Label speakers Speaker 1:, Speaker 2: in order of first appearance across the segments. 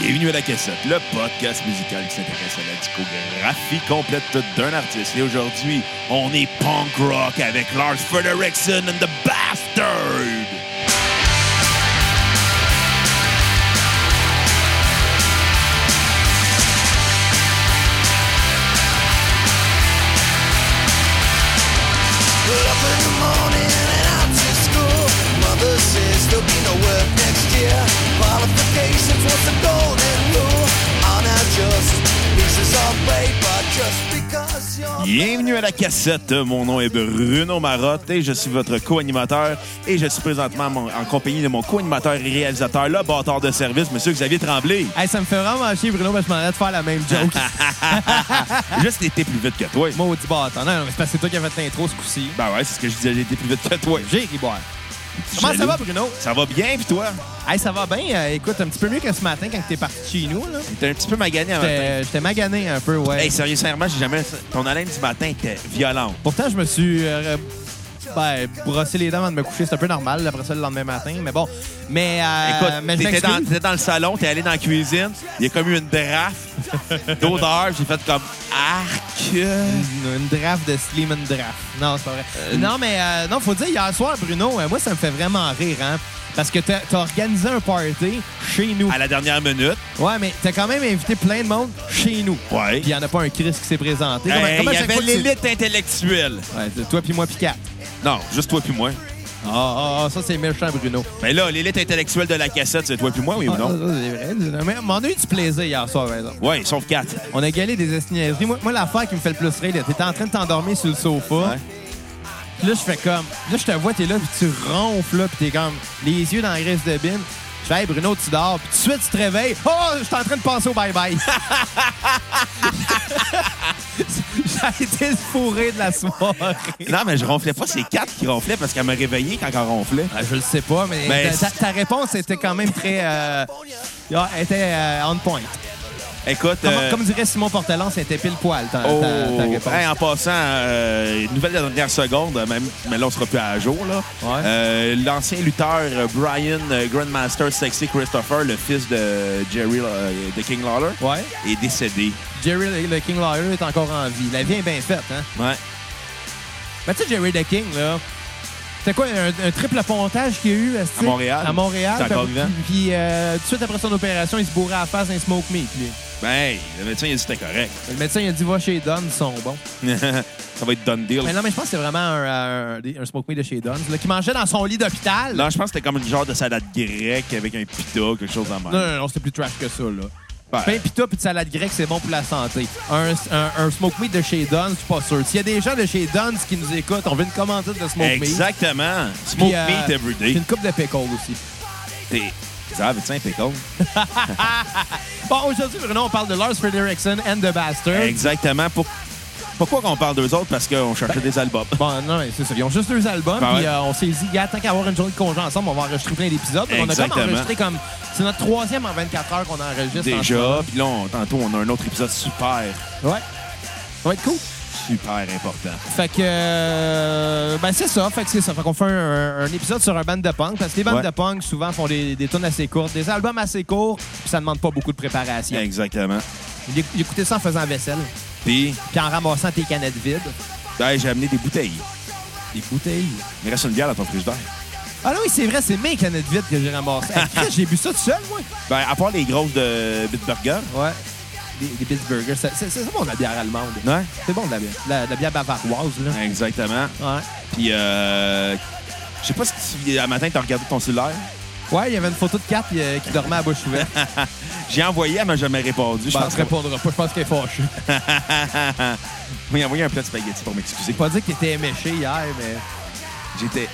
Speaker 1: Bienvenue à la cassette, le podcast musical qui s'intéresse à la discographie complète d'un artiste. Et aujourd'hui, on est punk rock avec Lars Frederiksen and the Bastard.
Speaker 2: Up in the morning and out to school. Mother says there'll be no work next year. Qualifications was the golden rule. Are now just pieces of paper just because you're.
Speaker 1: Bienvenue à la cassette. Mon nom est Bruno Marotte et je suis votre co-animateur. Et je suis présentement mon- en compagnie de mon co-animateur et réalisateur, le bâtard de service, Monsieur Xavier Tremblay.
Speaker 3: Hey, ça me fait vraiment chier, Bruno, parce que je m'en allais de faire la même joke. Ah.
Speaker 1: Juste été plus vite que toi.
Speaker 3: Maudit bâtard. Non, non, mais c'est parce que c'est toi qui as fait l'intro ce coup-ci.
Speaker 1: Ben ouais, c'est ce que je disais, j'ai été plus vite que toi.
Speaker 3: J'ai ri boire. Comment ça
Speaker 1: Jaloux.
Speaker 3: va, Bruno?
Speaker 1: Ça va bien, puis toi?
Speaker 3: Hey, ça va bien. Euh, écoute, un petit peu mieux que ce matin quand t'es parti chez nous. là.
Speaker 1: T'es un petit peu magané avant.
Speaker 3: J'étais j'étais magané un peu, ouais.
Speaker 1: Ah, Hey, sérieux, sincèrement, j'ai jamais. Ton haleine du matin était violente.
Speaker 3: Pourtant, je me suis euh, ben, brossé les dents avant de me coucher. C'est un peu normal, après ça, le lendemain matin. Mais bon, mais, euh,
Speaker 1: Écoute,
Speaker 3: mais je
Speaker 1: t'étais dans,
Speaker 3: m'excuse.
Speaker 1: t'étais dans le salon, t'es allé dans la cuisine, il y a comme eu une draft d'odeur, j'ai fait comme arc.
Speaker 3: Une, une draft de Slim, une draft. Non, c'est pas vrai. Non, mais euh, non, faut dire, hier soir, Bruno, euh, moi, ça me fait vraiment rire, hein? Parce que t'as t'as organisé un party chez nous.
Speaker 1: À la dernière minute.
Speaker 3: Ouais, mais t'as quand même invité plein de monde chez nous.
Speaker 1: Ouais.
Speaker 3: Puis il n'y en a pas un Chris qui s'est présenté. Comment-
Speaker 1: Hey,
Speaker 3: comment
Speaker 1: il y
Speaker 3: chaque
Speaker 1: avait
Speaker 3: fois que tu-
Speaker 1: l'élite intellectuelle.
Speaker 3: Ouais, c'est toi puis moi puis quatre.
Speaker 1: Non, juste toi puis moi.
Speaker 3: Ah, ah, ah, ça, c'est méchant, Bruno.
Speaker 1: Mais là, l'élite intellectuelle de la cassette, c'est toi puis moi, oui ou
Speaker 3: Ah, ça,
Speaker 1: non?
Speaker 3: ça, c'est vrai. dis-le. Mais on m'en a eu du plaisir hier soir, par exemple.
Speaker 1: Ouais, sauf 4.
Speaker 3: On a galé des estignaseries. Moi, moi, l'affaire qui me fait le plus rire, là, t'étais en train de t'endormir sur le sofa.
Speaker 1: Ouais.
Speaker 3: Puis Là, je fais comme... Là, je te vois, t'es là, puis tu ronfles, là, puis t'es comme les yeux dans la graisse de bine. Je fais, hey, Bruno, tu dors. Puis tout de suite, tu te réveilles. Oh, je suis en train de penser au bye-bye. J'ai été le fourré de la soirée.
Speaker 1: Non, mais je ronflais pas, c'est 4 qui ronflait parce qu'elle m'a réveillé quand elle ronflait.
Speaker 3: Ah, je le sais pas, mais,
Speaker 1: Mais
Speaker 3: ta- ta, Ben, ta réponse était quand même très. euh, ah, elle était euh, on point.
Speaker 1: Écoute.
Speaker 3: Comme,
Speaker 1: euh,
Speaker 3: comme dirait Simon Portelance, c'était pile poil ta, ta-
Speaker 1: Oh,
Speaker 3: ta réponse.
Speaker 1: hey, en passant, euh, nouvelle de la dernière seconde, euh, même, mais là, on sera plus à jour. là.
Speaker 3: Ouais.
Speaker 1: Euh, L'ancien lutteur euh, Brian euh, Grandmaster Sexy Christopher, le fils de Jerry euh, de King Lawler,
Speaker 3: Ouais.
Speaker 1: est décédé.
Speaker 3: Jerry le, le King Lawler est encore en vie. La vie est bien faite, hein?
Speaker 1: Ouais.
Speaker 3: Mais tu sais, Jerry the King, là. C'était quoi, un, un triple pontage qu'il y a eu est-ce que-
Speaker 1: À Montréal.
Speaker 3: À Montréal.
Speaker 1: C'est
Speaker 3: puis-
Speaker 1: encore vivant.
Speaker 3: Puis, euh, tout de suite après son opération, il se bourrait à la face d'un smoke meat, lui.
Speaker 1: Ben, hey, le médecin, il a dit que c'était correct.
Speaker 3: Le médecin, il a dit, va chez Don, ils sont bons.
Speaker 1: Ça va être done deal.
Speaker 3: Mais non, mais je pense que c'est vraiment un, euh, un- un smoke meat de chez Don, là, qui mangeait dans son lit d'hôpital.
Speaker 1: Non, je pense que c'était comme une genre de salade grecque avec un pita ou quelque chose dans
Speaker 3: Non,
Speaker 1: ma
Speaker 3: non, non, c'était plus trash que ça, là.
Speaker 1: Ben,
Speaker 3: Pain pita puis de salade grecque, c'est bon pour la santé. Un, un, un smoke meat de chez Duns, je suis pas sûr. S'il y a des gens de chez Duns qui nous écoutent, on veut une commandite de smoke meat.
Speaker 1: Exactement.
Speaker 3: Puis,
Speaker 1: Smoke
Speaker 3: euh,
Speaker 1: meat every
Speaker 3: puis
Speaker 1: day.
Speaker 3: Une coupe de pickles aussi.
Speaker 1: T'es... Ça, médecin, t'es con.
Speaker 3: Bon, aujourd'hui, Bruno, on parle de Lars Frederiksen and the Bastard.
Speaker 1: Exactement. Pour... Pourquoi qu'on parle d'eux autres? Parce qu'on
Speaker 3: Ben,
Speaker 1: cherchait des albums.
Speaker 3: Bon, non, mais c'est ça. Ils ont juste deux albums.
Speaker 1: Ben
Speaker 3: puis
Speaker 1: ouais.
Speaker 3: euh, on s'est dit, gars, tant qu'à avoir une journée de congé ensemble, on va enregistrer plein d'épisodes. Puis On a comme
Speaker 1: Exactement.
Speaker 3: enregistré comme. C'est notre troisième en 24 heures qu'on enregistre. en ce
Speaker 1: Déjà,
Speaker 3: moment.
Speaker 1: puis là, on- tantôt, on a un autre épisode super,
Speaker 3: Ouais. Ça va être cool.
Speaker 1: super important.
Speaker 3: Fait que. euh, ben, c'est ça. Fait que c'est ça. Fait qu'on fait un, un- un épisode sur un band de punk. Parce que les bandes
Speaker 1: Ouais.
Speaker 3: de punk, souvent, font des, des tunes assez courtes, des albums assez courts, puis ça demande pas beaucoup de préparation.
Speaker 1: Exactement.
Speaker 3: J'ai j'ai écouté ça en faisant la vaisselle,
Speaker 1: Puis,
Speaker 3: puis en ramassant tes canettes vides.
Speaker 1: ben, j'ai amené des bouteilles.
Speaker 3: Des bouteilles.
Speaker 1: Il reste une bière dans ton frigidaire.
Speaker 3: Ah non, oui, c'est vrai, c'est mes canettes vides que j'ai ramassées. Hey, Christ, j'ai bu ça tout seul, moi.
Speaker 1: Ben, à part les grosses de Bitburger.
Speaker 3: Ouais. Des, des Bitburgers. C'est c'est- c'est bon de la bière allemande.
Speaker 1: Ouais.
Speaker 3: C'est bon de la bière. La, la bière bavaroise, là.
Speaker 1: Exactement.
Speaker 3: Ouais.
Speaker 1: Puis, euh, je sais pas si tu, à matin, t'as regardé ton cellulaire.
Speaker 3: Ouais, il y avait une photo de Kat euh, qui dormait à bouche ouverte.
Speaker 1: J'ai envoyé, elle m'a jamais répondu. Je
Speaker 3: Ben, elle
Speaker 1: pense
Speaker 3: te
Speaker 1: que...
Speaker 3: répondra pas. Je pense qu'elle est fâchée.
Speaker 1: Oui, envoyé un plat de spaghettis pour m'excuser.
Speaker 3: J'ai pas dit que t'étais éméché hier, mais.
Speaker 1: J'étais...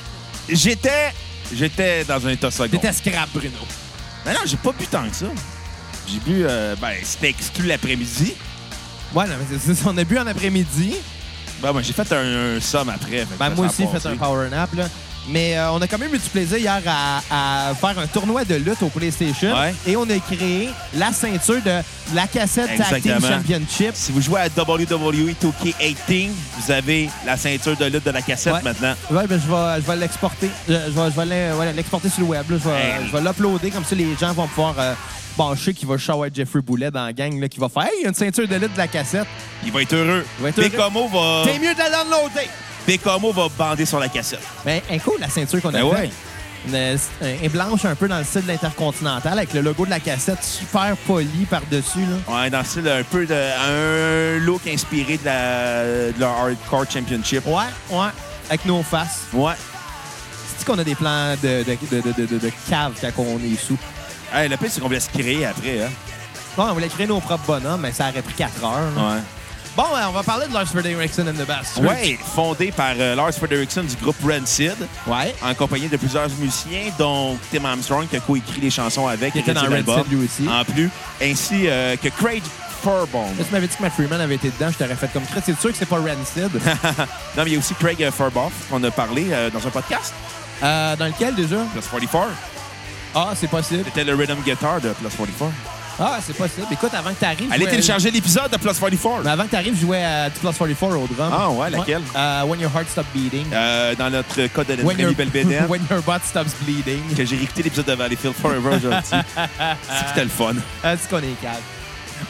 Speaker 1: J'étais... J'étais dans un état second.
Speaker 3: T'étais scrap, Bruno.
Speaker 1: Mais non, j'ai pas bu tant que ça. J'ai bu... euh, ben, c'était exclu l'après-midi.
Speaker 3: Ouais, non, mais c'est- c'est ça. On a bu en après-midi.
Speaker 1: Ben, moi, j'ai fait un, un somme après. fait que
Speaker 3: Ben,
Speaker 1: ça
Speaker 3: moi
Speaker 1: s'en
Speaker 3: aussi, j'ai
Speaker 1: passe,
Speaker 3: fait un
Speaker 1: oui.
Speaker 3: power nap, là. Mais euh, on a quand même eu du plaisir hier à, à faire un tournoi de lutte au PlayStation.
Speaker 1: Ouais.
Speaker 3: Et on a créé la ceinture de la cassette Tag Team
Speaker 1: Exactement.
Speaker 3: Championship.
Speaker 1: Si vous jouez à WWE 2K18, vous avez la ceinture de lutte de la cassette
Speaker 3: Ouais.
Speaker 1: maintenant.
Speaker 3: Ouais, ben, je vais, je vais l'exporter. Je, je vais, je vais l'in- ouais, l'exporter sur le web. là. Je vais,
Speaker 1: Hey.
Speaker 3: je vais l'uploader. Comme ça, les gens vont pouvoir euh, Bon, je sais qu'il va shower Jeffrey Boulet dans la gang, là, qui va faire Hey, il y a une ceinture d'élite de la cassette.
Speaker 1: Il va être heureux.
Speaker 3: Il va être heureux.
Speaker 1: Bécomo va,
Speaker 3: T'es mieux de la downloader.
Speaker 1: Bécomo va bander sur la cassette.
Speaker 3: Mais elle est cool, la ceinture qu'on a
Speaker 1: Ben
Speaker 3: faite.
Speaker 1: ouais.
Speaker 3: Une- Elle est blanche un peu dans le style de l'Intercontinental avec le logo de la cassette super poli par-dessus. là.
Speaker 1: Ouais, dans le style un peu de. un look inspiré de, la, de leur Hardcore Championship.
Speaker 3: Ouais, ouais. Avec nos faces.
Speaker 1: Ouais.
Speaker 3: C'est-tu qu'on a des plans de, de, de, de, de, de- de cave quand on est sous?
Speaker 1: Hey, le pire, c'est qu'on voulait se créer après. Hein?
Speaker 3: Bon, on voulait créer nos propres bonhommes, mais ça aurait pris 4 heures. là.
Speaker 1: Ouais.
Speaker 3: Bon, ben, on va parler de Lars Fredrickson and the Bastards.
Speaker 1: Ouais, fondé par euh, Lars Frederickson du groupe Rancid,
Speaker 3: Ouais.
Speaker 1: en compagnie de plusieurs musiciens, dont Tim Armstrong, qui a coécrit les chansons avec.
Speaker 3: Qui était
Speaker 1: et
Speaker 3: dans
Speaker 1: sur l'album,
Speaker 3: Rancid, lui aussi.
Speaker 1: En plus, ainsi euh, que Craig Furbaum.
Speaker 3: Si tu m'avais dit que Matt Freeman avait été dedans, je t'aurais fait comme Chris. C'est sûr que c'est pas Rancid.
Speaker 1: non, mais il y a aussi Craig euh, Furbaum, qu'on a parlé euh, dans un podcast,
Speaker 3: Euh, dans lequel déjà?
Speaker 1: Plus 44.
Speaker 3: Ah, c'est possible.
Speaker 1: C'était le rhythm guitar de Plus 44.
Speaker 3: Ah, c'est possible. Écoute, avant que t'arrives.
Speaker 1: Allez
Speaker 3: je-
Speaker 1: télécharger l'épisode de Plus 44.
Speaker 3: Mais avant que t'arrives, je jouais à 2 plus 44 au drum.
Speaker 1: Ah ouais, laquelle?
Speaker 3: Euh, when Your Heart Stops Beating.
Speaker 1: Euh, dans notre code de
Speaker 3: when, your...
Speaker 1: Nathalie Belbédère,
Speaker 3: when Your Butt Stops Bleeding.
Speaker 1: que j'ai réécouté l'épisode de Valleyfield Forever aujourd'hui. C'était le fun.
Speaker 3: Euh, tu connais les câbles.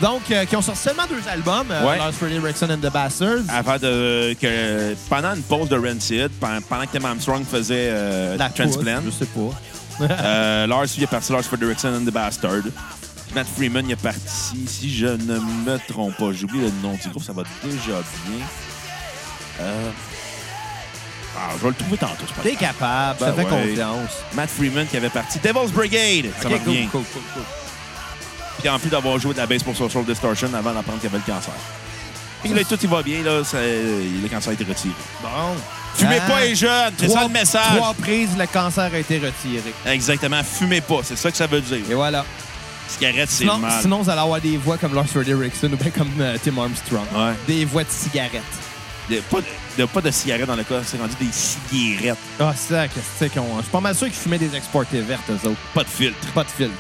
Speaker 3: Donc, euh, qui ont sorti seulement deux albums, euh,
Speaker 1: Ouais. Ah,
Speaker 3: Lars Fredrickson and the Bastards.
Speaker 1: Avant de, que, pendant une pause de Rancid, pen- pendant que Tim Armstrong faisait euh,
Speaker 3: La
Speaker 1: Transplant,
Speaker 3: poudre, Je sais pas.
Speaker 1: euh, Lars, lui, il est parti Lars Frederickson and the Bastard. Matt Freeman, il est parti, si je ne me trompe pas, j'oublie le nom du groupe, ça va déjà bien. Euh, ah, je vais le trouver tantôt, c'est pas
Speaker 3: T'es capable, je te
Speaker 1: Ben
Speaker 3: fais
Speaker 1: ouais.
Speaker 3: confiance.
Speaker 1: Matt Freeman qui avait parti Devil's Brigade, ça
Speaker 3: Ok,
Speaker 1: va
Speaker 3: cool,
Speaker 1: bien.
Speaker 3: cool, cool, cool.
Speaker 1: Puis en plus d'avoir joué de la bass pour Social Distortion avant d'apprendre qu'il avait le cancer. Puis là, tout il va bien, là, ça- le cancer a été retiré.
Speaker 3: Bon.
Speaker 1: Fumez
Speaker 3: Ah.
Speaker 1: pas les jeunes, c'est ça le message.
Speaker 3: Trois prises, le cancer a été retiré.
Speaker 1: Exactement, fumez pas, c'est ça que ça veut dire.
Speaker 3: Et voilà.
Speaker 1: Cigarette, c'est
Speaker 3: Sinon,
Speaker 1: mal.
Speaker 3: sinon, vous allez avoir des voix comme Lars Fredrickson ou bien comme euh, Tim Armstrong.
Speaker 1: Ouais.
Speaker 3: Des voix de cigarettes.
Speaker 1: Il n'y a, pas de- il y a pas de cigarette dans le cas, c'est rendu des cigarettes,
Speaker 3: Ah, ça, qu'est-ce que c'est qu'on. Je suis pas mal sûr qu'ils fumaient des exportés vertes, eux autres.
Speaker 1: pas de filtre.
Speaker 3: Pas de filtre.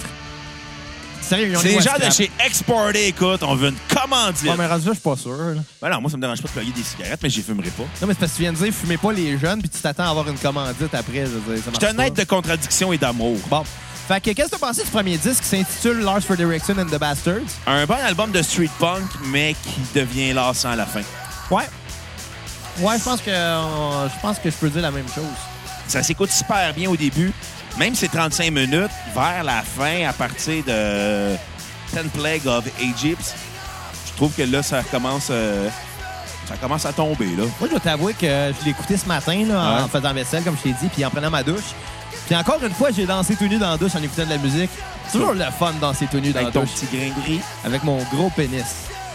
Speaker 3: Sérieux, ils ont
Speaker 1: C'est
Speaker 3: des
Speaker 1: les
Speaker 3: voix
Speaker 1: gens de
Speaker 3: scrap.
Speaker 1: chez Exporté, écoute, on veut une commandite.
Speaker 3: Ouais, mais rendu là, je suis pas sûr. là.
Speaker 1: Ben non, moi, ça me dérange pas de plugger des cigarettes, mais j'y fumerai pas.
Speaker 3: Non, mais c'est parce que tu viens de dire, fumez pas les jeunes, puis tu t'attends à avoir une commandite après. Je veux dire, ça marche
Speaker 1: J'étais un
Speaker 3: pas.
Speaker 1: être de contradiction et d'amour.
Speaker 3: Bon. Fait que qu'est-ce que t'as pensé du premier disque qui s'intitule Lars Fredrickson and the Bastards?
Speaker 1: Un bon album de street punk, mais qui devient lassant à la fin.
Speaker 3: Ouais. Ouais, je pense que euh, je pense que je peux dire la même chose.
Speaker 1: Ça s'écoute super bien au début. Même ces 35 minutes, vers la fin, à partir de Ten Plague of Egypt, je trouve que là, ça commence, euh, ça commence à tomber. Là.
Speaker 3: Moi, je dois t'avouer que je l'ai écouté ce matin là, en
Speaker 1: Ouais.
Speaker 3: faisant vaisselle, comme je t'ai dit, puis en prenant ma douche. Puis encore une fois, j'ai dansé tout nu dans la douche en écoutant de la musique. C'est toujours le fun de danser tout nu dans
Speaker 1: Avec
Speaker 3: la
Speaker 1: ton
Speaker 3: douche.
Speaker 1: petit grain gris.
Speaker 3: Avec mon gros pénis.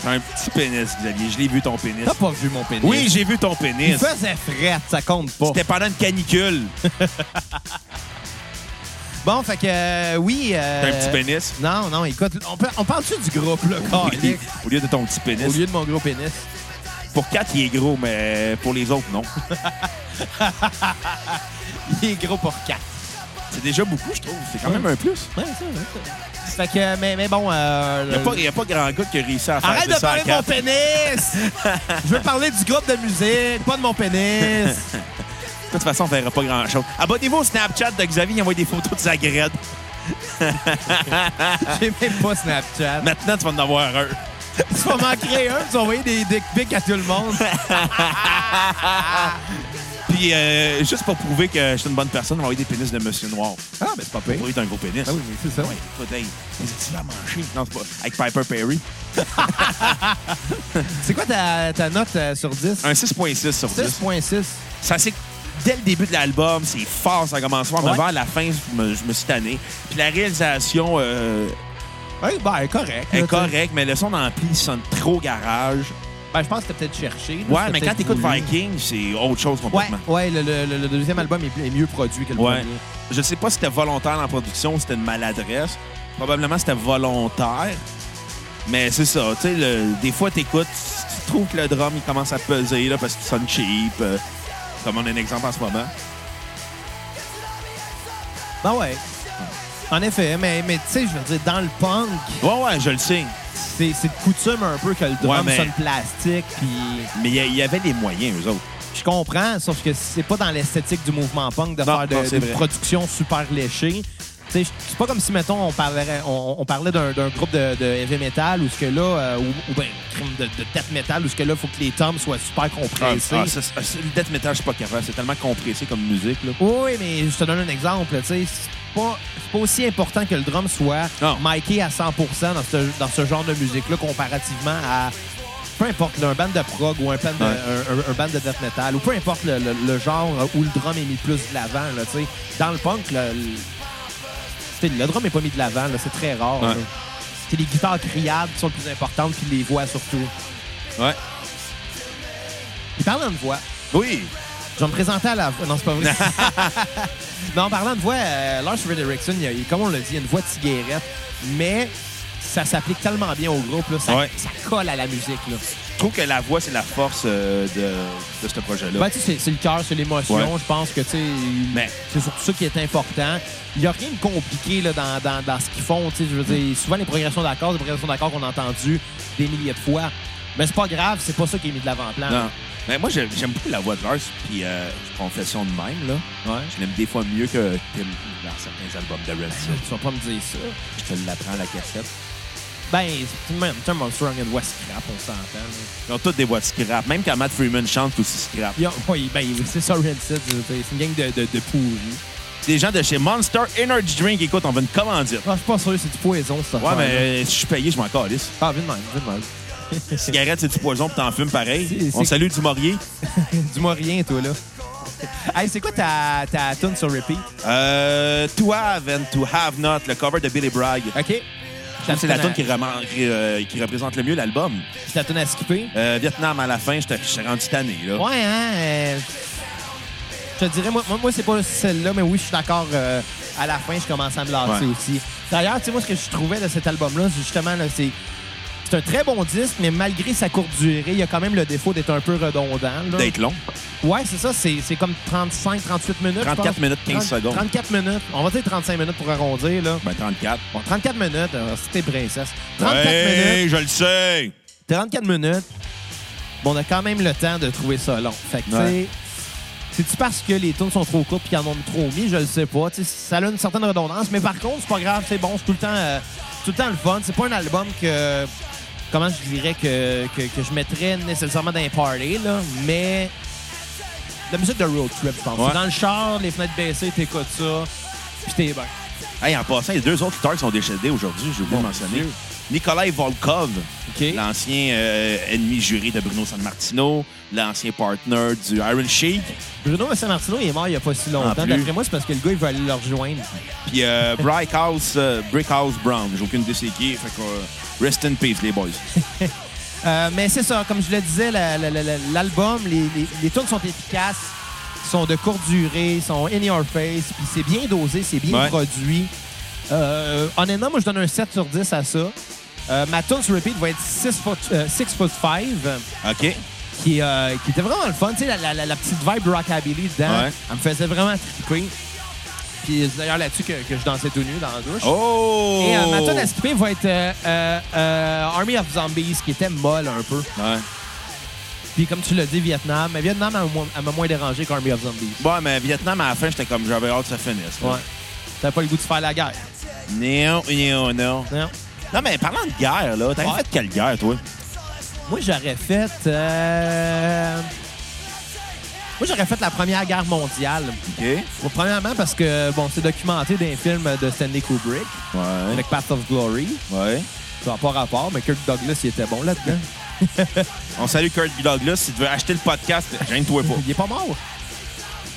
Speaker 1: T'as un petit pénis, Xavier. Je l'ai vu, ton pénis.
Speaker 3: T'as pas vu mon pénis?
Speaker 1: Ah, Oui, j'ai vu ton
Speaker 3: Il
Speaker 1: pénis.
Speaker 3: faisait frette, ça compte pas.
Speaker 1: C'était pendant une canicule.
Speaker 3: Bon, fait que euh, oui. euh,
Speaker 1: T'as un petit pénis.
Speaker 3: Non, non, écoute, on, peut- on parle-tu du groupe, là,
Speaker 1: Oui,
Speaker 3: calique,
Speaker 1: Ah, Au lieu de ton petit
Speaker 3: au
Speaker 1: pénis.
Speaker 3: lieu de mon gros pénis?
Speaker 1: Pour quatre, il est gros, mais pour les autres, non.
Speaker 3: Il est gros pour quatre.
Speaker 1: C'est déjà beaucoup, je trouve. C'est quand même un plus.
Speaker 3: Ouais, ça, ouais, ça. Fait que, mais, mais bon. euh,
Speaker 1: Il n'y a, pas grand gars qui a réussi à faire
Speaker 3: Arrête
Speaker 1: de
Speaker 3: de
Speaker 1: ça à
Speaker 3: parler de mon
Speaker 1: quatre.
Speaker 3: pénis! Je veux parler du groupe de musique, pas de mon pénis.
Speaker 1: De toute façon, on verra pas grand-chose. Abonnez-vous au Snapchat de Xavier, il envoie des photos de sa graine.
Speaker 3: J'ai même pas Snapchat.
Speaker 1: Maintenant, tu vas en avoir un.
Speaker 3: Tu vas m'en créer un, tu vas envoyer des dick pics à tout le monde.
Speaker 1: Puis, euh, juste pour prouver que je suis une bonne personne, on va envoyer des pénis de Monsieur Noir.
Speaker 3: Ah, mais c'est pas pire.
Speaker 1: Pour lui, t'as un gros pénis.
Speaker 3: Ah oui, mais c'est ça.
Speaker 1: Ouais, écoute, hey, tu vas manger. Non, c'est pas. Avec Piper Perry.
Speaker 3: C'est quoi ta, ta note euh, sur 10?
Speaker 1: Un 6.6 sur 10.
Speaker 3: 6.6.
Speaker 1: Ça, c'est. Dès le début de l'album, c'est fort, ça commence fort. Mais
Speaker 3: Ouais.
Speaker 1: vers la fin, je me, je me suis tanné. Puis la réalisation euh,
Speaker 3: Oui, ben, correct. là,
Speaker 1: est
Speaker 3: tu-
Speaker 1: correcte, mais le son d'ampli il sonne trop garage.
Speaker 3: Ben, je pense que t'as peut-être cherché. là,
Speaker 1: Ouais,
Speaker 3: c'était
Speaker 1: mais quand
Speaker 3: peut-être
Speaker 1: t'écoutes
Speaker 3: voulu.
Speaker 1: Viking, c'est autre chose
Speaker 3: Ouais,
Speaker 1: complètement.
Speaker 3: ouais le, le- le deuxième album est, plus- est mieux produit que le
Speaker 1: Ouais.
Speaker 3: premier.
Speaker 1: Je sais pas si c'était volontaire dans la production ou c'était une maladresse. Probablement c'était volontaire. Mais c'est ça, tu sais, le- des fois t'écoutes, tu tu trouves que le drum il commence à peser là, parce qu'il sonne cheap. euh, comme on a un exemple en ce moment.
Speaker 3: Ben ouais. En effet, mais, mais tu sais, je veux dire, dans le punk,
Speaker 1: Ouais, ouais, je le signe.
Speaker 3: c'est c'est de coutume un peu que le drum
Speaker 1: Ouais, mais-
Speaker 3: sonne plastique, puis
Speaker 1: Mais il y a- il y, avait des moyens, eux autres.
Speaker 3: je comprends, sauf que c'est pas dans l'esthétique du mouvement punk de
Speaker 1: Non,
Speaker 3: faire de,
Speaker 1: non, c'est
Speaker 3: de
Speaker 1: vrai.
Speaker 3: production super léchée. Tu sais, c'est pas comme si, mettons, on parlait, on, on parlait d'un d'un groupe de, de heavy metal ou ce que là, euh, ou, ou ben, crime de, de death metal ou ce que là, il faut que les tomes soient super
Speaker 1: Ah,
Speaker 3: compressés.
Speaker 1: ah, ça, ça, le death metal, je suis pas capable. C'est tellement compressé comme musique. Là.
Speaker 3: Oui, mais je te donne un exemple. tu sais, C'est pas, c'est pas aussi important que le drum soit
Speaker 1: Non.
Speaker 3: miké à 100 dans ce, dans ce genre de musique-là comparativement à peu importe là, un band de prog ou un band de,
Speaker 1: Ouais.
Speaker 3: un- un- un band de death metal ou peu importe le, le- le genre où le drum est mis plus de l'avant. là, tu sais. Dans le punk, le, le- tu sais, le drum est pas mis de l'avant. là, C'est très rare.
Speaker 1: Ouais.
Speaker 3: là. C'est les guitares criables qui sont les plus importantes puis les voix surtout.
Speaker 1: Ouais.
Speaker 3: Puis parlant de voix,
Speaker 1: Oui.
Speaker 3: je vais me présenter à la voix. Non, c'est pas vrai. mais en parlant de voix, euh, Lars Fredrickson, il a- il- comme on l'a dit, il a une voix de cigarette, mais ça s'applique tellement bien au groupe. Là, ça,
Speaker 1: Ouais.
Speaker 3: ça colle à la musique. Là.
Speaker 1: Je trouve que la voix, c'est la force euh, de, de ce projet-là.
Speaker 3: Ben, tu sais, c'est- c'est le cœur, c'est l'émotion.
Speaker 1: Ouais.
Speaker 3: Je pense que tu sais,
Speaker 1: Mais-
Speaker 3: c'est surtout ça qui est important. Il n'y a rien de compliqué là, dans, dans- dans ce qu'ils font. tu sais, Je veux
Speaker 1: Mm.
Speaker 3: dire, souvent, les progressions d'accords, des progressions d'accords qu'on a entendues des milliers de fois. Mais c'est pas grave, c'est pas ça qui est mis de l'avant-plan.
Speaker 1: Non. Mais moi, j'aime j'aime beaucoup la voix de Lars. Puis, euh, confession de même, là.
Speaker 3: Ouais.
Speaker 1: Je l'aime des fois mieux que Tim dans certains albums de Red Seal.
Speaker 3: Tu vas pas me dire ça.
Speaker 1: Je te l'apprends à la cassette.
Speaker 3: Ben, c'est- même tu sais, Monster Strong une voix scrap, on s'entend. là.
Speaker 1: Ils ont toutes des voix de scrap. Même quand Matt Freeman chante, c'est aussi scrap.
Speaker 3: Ils ont- oui, ben, c'est ça, Rancid. je veux dire, C'est une gang de, de, de pourris.
Speaker 1: Les gens de chez Monster Energy Drink, écoute, on va une commandite.
Speaker 3: Ah, je suis pas sûr, c'est du poison, ça.
Speaker 1: Ouais, mais si je suis payé, je m'en calisse.
Speaker 3: Ah, vite même, vite même.
Speaker 1: Cigarette, c'est du poison, puis t'en fumes pareil.
Speaker 3: C'est-
Speaker 1: On
Speaker 3: c'est-
Speaker 1: salue du Morier.
Speaker 3: Dis-moi rien, toi, là. hey, c'est quoi ta, ta tune sur repeat?
Speaker 1: Euh, to Have and To Have Not, le cover de Billy Bragg.
Speaker 3: OK.
Speaker 1: C'est la tune qui, reman- qui, euh, qui représente le mieux l'album.
Speaker 3: C'est la tune à skipper?
Speaker 1: Euh, Vietnam à la fin, j'étais j'étais rendu tanné. Là.
Speaker 3: Ouais, hein? euh, je te dirais, moi, moi, moi, c'est pas celle-là, mais oui, je suis d'accord. euh, à la fin, je commence à me lasser
Speaker 1: Ouais.
Speaker 3: aussi. D'ailleurs, tu sais, moi, ce que je trouvais de cet album-là, c'est justement, là, c'est. C'est un très bon disque, mais malgré sa courte durée, il y a quand même le défaut d'être un peu redondant. là.
Speaker 1: D'être long.
Speaker 3: Ouais, c'est ça. C'est c'est comme 35, 38 minutes. je
Speaker 1: 34
Speaker 3: pense.
Speaker 1: minutes, 15 secondes.
Speaker 3: 34 minutes. On va dire 35 minutes pour arrondir, là.
Speaker 1: Ben, 34.
Speaker 3: Bon, 34 minutes, alors, si t'es princesse. 34
Speaker 1: Hey,
Speaker 3: minutes.
Speaker 1: je le sais!
Speaker 3: 34 minutes. Bon, on a quand même le temps de trouver ça long. Fait que, tu
Speaker 1: Ouais.
Speaker 3: sais, c'est-tu parce que les tours sont trop courtes et qu'ils en ont trop mis? Je le sais pas. Tu sais, ça a une certaine redondance. Mais par contre, c'est pas grave. C'est bon. C'est tout le temps, euh, tout le temps le fun. C'est pas un album que... Comment je dirais que, que, que je mettrais nécessairement dans un party, là. Mais... La musique de road trip, je pense.
Speaker 1: Ouais.
Speaker 3: C'est Dans le char, les fenêtres baissées, t'écoutes ça. Puis t'es bien.
Speaker 1: Hey, en passant, les deux autres stars qui sont décédés aujourd'hui, j'ai oublié de mentionner.
Speaker 3: Dieu.
Speaker 1: Nikolai Volkov,
Speaker 3: OK?
Speaker 1: l'ancien euh, ennemi juré de Bruno Sammartino, l'ancien partner du Iron Sheik.
Speaker 3: Bruno Samartino, il est mort il y a pas si
Speaker 1: En
Speaker 3: longtemps.
Speaker 1: plus.
Speaker 3: D'après moi, c'est parce que le gars, il veut aller le rejoindre.
Speaker 1: Puis euh, Brickhouse, euh, Brickhouse Brown. J'ai aucune idée c'est qui. Fait que euh, rest in peace, les boys.
Speaker 3: Euh, mais c'est ça, comme je le disais, la- la- la- la- l'album, les, les, les tunes sont efficaces, sont de courte durée, sont in your face, puis c'est bien dosé, c'est bien
Speaker 1: Ouais.
Speaker 3: produit. Euh, honnêtement, moi, je donne un 7 sur 10 à ça. Euh, ma tune sur repeat va être 6 foot, euh, Six foot 5,
Speaker 1: OK?
Speaker 3: qui, euh, qui était vraiment le fun. Tu sais, la, la- la- la petite vibe rockabilly dedans,
Speaker 1: Ouais.
Speaker 3: elle me faisait vraiment triper. Puis c'est d'ailleurs là-dessus que, que je dansais tout nu dans la douche.
Speaker 1: Oh!
Speaker 3: Et euh, ma tune à skipper va être euh, euh, euh, Army of Zombies, qui était molle un peu.
Speaker 1: Ouais.
Speaker 3: Puis comme tu l'as dit, Vietnam. Mais Vietnam, elle m'a moins- elle m'a moins dérangé qu'Army of Zombies.
Speaker 1: Bon, mais Vietnam, à la fin, j'étais comme j'avais hâte que ça finisse. là.
Speaker 3: Ouais. T'avais pas le goût de faire la guerre.
Speaker 1: Non, non, non.
Speaker 3: Non.
Speaker 1: Non, mais parlant de guerre, là, t'avais
Speaker 3: Ouais.
Speaker 1: fait quelle guerre, toi?
Speaker 3: Moi, j'aurais fait... euh, Moi, j'aurais fait la Première Guerre mondiale.
Speaker 1: OK? Ouais.
Speaker 3: Bon, premièrement, parce que, bon, c'est documenté d'un film de Stanley Kubrick, avec Path of Glory.
Speaker 1: Ouais.
Speaker 3: Ça n'a pas rapport, mais Kirk Douglas, il était bon là-dedans.
Speaker 1: On salue Kurt Douglas. Si tu veux acheter le podcast, gêne-toi pas.
Speaker 3: Il est pas mort.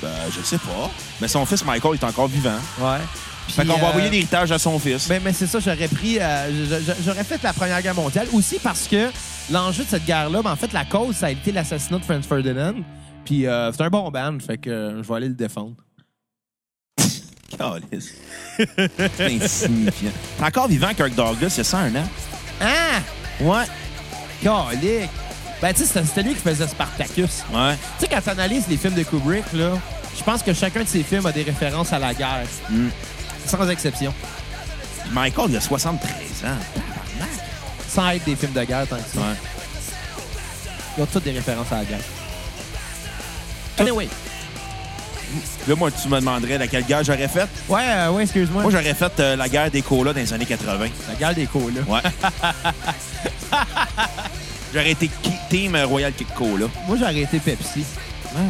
Speaker 1: ben, je sais pas. Mais son fils, Michael, est encore vivant.
Speaker 3: Ouais.
Speaker 1: Fait qu'on
Speaker 3: Puis,
Speaker 1: va
Speaker 3: euh,
Speaker 1: envoyer l'héritage à son fils.
Speaker 3: Ben, mais c'est ça, j'aurais pris. euh, je- je- j'aurais fait la Première Guerre mondiale aussi parce que l'enjeu de cette guerre-là, ben, en fait, la cause, ça a été l'assassinat de Franz Ferdinand. Puis euh, c'est un bon band, fait que euh, je vais aller le défendre.
Speaker 1: Calice. C'est insignifiant. T'es encore vivant, Kirk Douglas, il y a 101 ans.
Speaker 3: Ah!
Speaker 1: Ouais.
Speaker 3: Calique! Ben, tu sais, c'était- c'était lui qui faisait Spartacus.
Speaker 1: Ouais.
Speaker 3: Tu sais, quand tu analyses les films de Kubrick, là, je pense que chacun de ses films a des références à la guerre.
Speaker 1: Hmm.
Speaker 3: Sans exception.
Speaker 1: Michael, il a 73 ans.
Speaker 3: Sans être des films de guerre tant que ça.
Speaker 1: Ouais.
Speaker 3: Ils ont toutes des références à la guerre. Anyway,
Speaker 1: Là, moi, tu me demanderais laquelle guerre j'aurais faite.
Speaker 3: Ouais, euh, ouais, excuse-moi.
Speaker 1: Moi, j'aurais fait euh, la guerre des colas dans les années 80.
Speaker 3: La gueule des colas.
Speaker 1: Ouais. j'aurais été ki- team euh, Royal Kick Cola.
Speaker 3: Moi, j'ai arrêté Pepsi.
Speaker 1: Moi,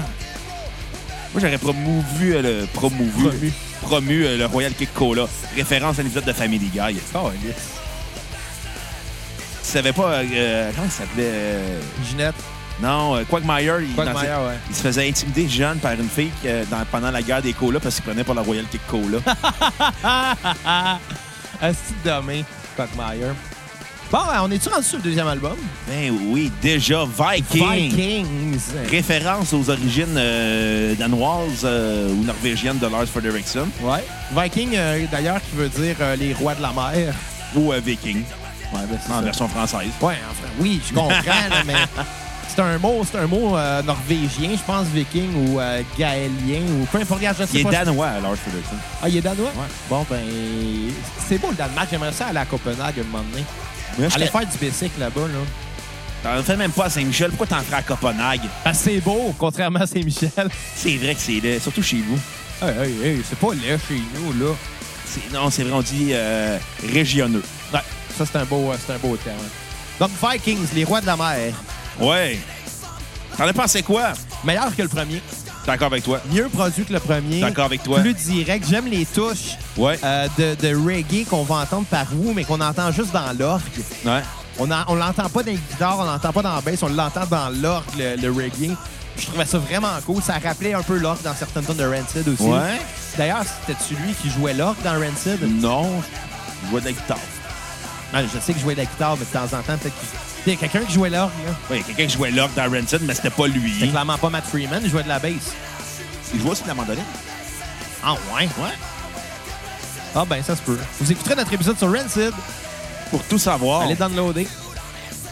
Speaker 1: j'aurais promovu euh, le... Promovu.
Speaker 3: Promu.
Speaker 1: Promu, euh, le Royal Kick Cola. Référence à l'épisode de Family Guy.
Speaker 3: Oh,
Speaker 1: Tu savais pas... euh, comment il s'appelait... euh,
Speaker 3: Ginette.
Speaker 1: Non, euh, Quagmire, il,
Speaker 3: Quagmire,
Speaker 1: dans ses-
Speaker 3: ouais.
Speaker 1: il se faisait intimider jeune par une fille euh, dans- pendant la guerre des colas parce qu'il prenait pour la Royal Kick Cola.
Speaker 3: Asti de demain, Cockmeyer. Bon, euh, on est-tu rendu sur le deuxième album?
Speaker 1: ben oui, déjà Viking.
Speaker 3: Vikings.
Speaker 1: Référence aux origines euh, danoises euh, ou norvégiennes de Lars Frederiksen
Speaker 3: Ouais. Viking, euh, d'ailleurs, qui veut dire euh, les rois de la mer.
Speaker 1: ou euh, Viking
Speaker 3: Ouais, ben,
Speaker 1: en version française.
Speaker 3: Ouais, enfin, oui, je comprends, là, mais c'est un mot, c'est un mot euh, norvégien, je pense, viking ou euh, gaélien ou peu importe, regarde, je sais
Speaker 1: Il est
Speaker 3: pas.
Speaker 1: danois, Lars Frederiksen.
Speaker 3: Ah, il est danois? Bon, ben, c'est beau le Danemark, j'aimerais ça aller à Copenhague un moment donné.
Speaker 1: Mais je
Speaker 3: Aller
Speaker 1: t'ai-
Speaker 3: faire du bicycle là-bas, là.
Speaker 1: T'en fais même pas à Saint-Michel. Pourquoi t'en ferais à Copenhague?
Speaker 3: Parce que c'est beau, contrairement à Saint-Michel.
Speaker 1: C'est vrai que c'est laid, surtout chez vous.
Speaker 3: hey, hey, hey, c'est pas là chez nous, là.
Speaker 1: C'est- Non, c'est vrai, on dit euh, régioneux.
Speaker 3: Ouais, ça, c'est un beau, euh, c'est un beau terme. Donc, Vikings, les rois de la mer.
Speaker 1: Ouais. T'en as pensé quoi?
Speaker 3: Meilleur que le premier.
Speaker 1: D'accord avec toi.
Speaker 3: Mieux produit que le premier.
Speaker 1: D'accord avec toi.
Speaker 3: Plus direct. J'aime les touches
Speaker 1: Ouais.
Speaker 3: euh, de, de reggae qu'on va entendre par où, mais qu'on entend juste dans l'orgue.
Speaker 1: Ouais.
Speaker 3: On en- on l'entend pas dans les guitares, on l'entend pas dans la bass, on l'entend dans l'orgue, le, le reggae. Je trouvais ça vraiment cool. Ça rappelait un peu l'orgue dans certaines tonnes de Rancid aussi.
Speaker 1: Ouais.
Speaker 3: D'ailleurs, c'était celui qui jouait l'orgue dans Rancid.
Speaker 1: Non, je vois de la guitare.
Speaker 3: Ah, je sais que je jouais de la guitare, mais de temps en temps, peut-être qu'il il y a quelqu'un qui jouait l'orgue. là.
Speaker 1: Ouais, il y a quelqu'un qui jouait l'orgue dans Rancid, mais c'était pas
Speaker 3: C'était
Speaker 1: lui.
Speaker 3: clairement pas Matt Freeman, il jouait de la bass.
Speaker 1: Il jouait aussi de la mandoline.
Speaker 3: Ah ouais? Ouais. Ah ben, ça se peut. Vous écouterez notre épisode sur Rancid.
Speaker 1: Pour tout savoir.
Speaker 3: Allez downloader.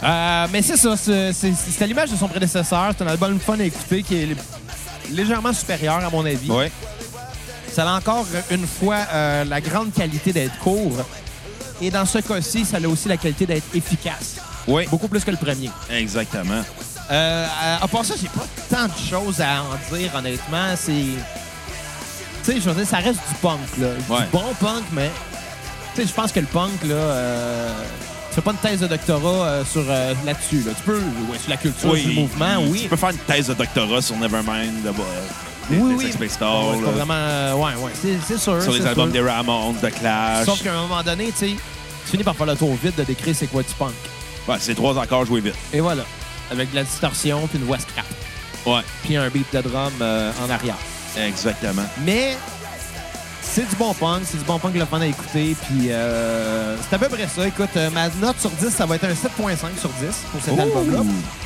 Speaker 3: Euh, mais c'est ça, c'est c'est- c'est à l'image de son prédécesseur. C'est un album fun à écouter qui est légèrement supérieur, à mon avis.
Speaker 1: Ouais.
Speaker 3: Ça a encore une fois euh, la grande qualité d'être court. Et dans ce cas-ci, ça a aussi la qualité d'être efficace.
Speaker 1: Oui.
Speaker 3: Beaucoup plus que le premier.
Speaker 1: Exactement.
Speaker 3: Euh, à, à part ça, j'ai pas tant de choses à en dire, honnêtement. C'est. Tu sais, je veux dire, ça reste du punk, là.
Speaker 1: Ouais.
Speaker 3: Du bon punk, mais. Tu sais, je pense que le punk, là. euh, Tu fais pas une thèse de doctorat euh, sur euh, là-dessus. Là. Tu peux, ouais, sur la culture, sur le mouvement,
Speaker 1: tu-
Speaker 3: oui.
Speaker 1: Tu peux faire une thèse de doctorat sur Nevermind, de, euh, des-
Speaker 3: oui,
Speaker 1: des
Speaker 3: oui.
Speaker 1: Sex Pistols,
Speaker 3: Ouais, c'est pas
Speaker 1: là,
Speaker 3: vraiment. euh, ouais, ouais. C'est, c'est sûr.
Speaker 1: sur les
Speaker 3: c'est
Speaker 1: albums
Speaker 3: sûr.
Speaker 1: des Ramones, de Clash.
Speaker 3: Sauf qu'à un moment donné, tu sais, tu finis par faire le tour vite de décrire c'est quoi du punk.
Speaker 1: Ouais, c'est trois accords joués vite.
Speaker 3: Et voilà. Avec de la distorsion, puis une voix scrap,
Speaker 1: Ouais.
Speaker 3: puis un beat de drum euh, en arrière.
Speaker 1: Exactement.
Speaker 3: Mais c'est du bon punk, c'est du bon punk le fun à écouter. Puis euh, c'est à peu près ça. Écoute, euh, ma note sur 10, ça va être un 7.5 sur 10 pour cet
Speaker 1: Ouh.
Speaker 3: album-là.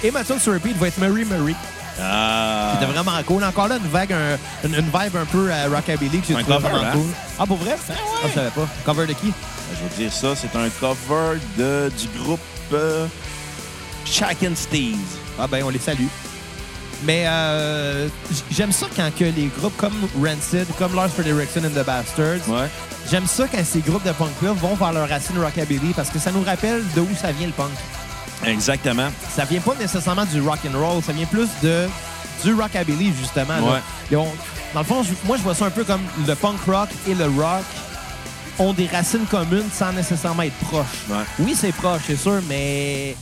Speaker 3: Et ma tune sur repeat va être Murray Murray.
Speaker 1: Ah.
Speaker 3: C'était vraiment cool. Encore là, une vague, un- une, une vibe un peu euh, rockabilly que j'ai
Speaker 1: Un
Speaker 3: trouvé
Speaker 1: cover,
Speaker 3: vraiment
Speaker 1: hein?
Speaker 3: cool. Ah, pour vrai? Ah, je savais pas. Cover de qui?
Speaker 1: Je vais te dire ça, c'est un cover de, du groupe euh, Shaq and Steez.
Speaker 3: Ah ben, on les salue. Mais euh, j- j'aime ça quand que les groupes comme Rancid, comme Lars Frederiksen and the Bastards,
Speaker 1: Ouais.
Speaker 3: J'aime ça quand ces groupes de punk-là vont vers leur racine rockabilly parce que ça nous rappelle de où ça vient le punk.
Speaker 1: Exactement.
Speaker 3: Ça vient pas nécessairement du rock and roll, ça vient plus de du rockabilly justement. là.
Speaker 1: Ouais.
Speaker 3: Et on- dans le fond, je- moi je vois ça un peu comme le punk rock et le rock ont des racines communes sans nécessairement être proches.
Speaker 1: Ouais.
Speaker 3: Oui, c'est proche, c'est sûr, mais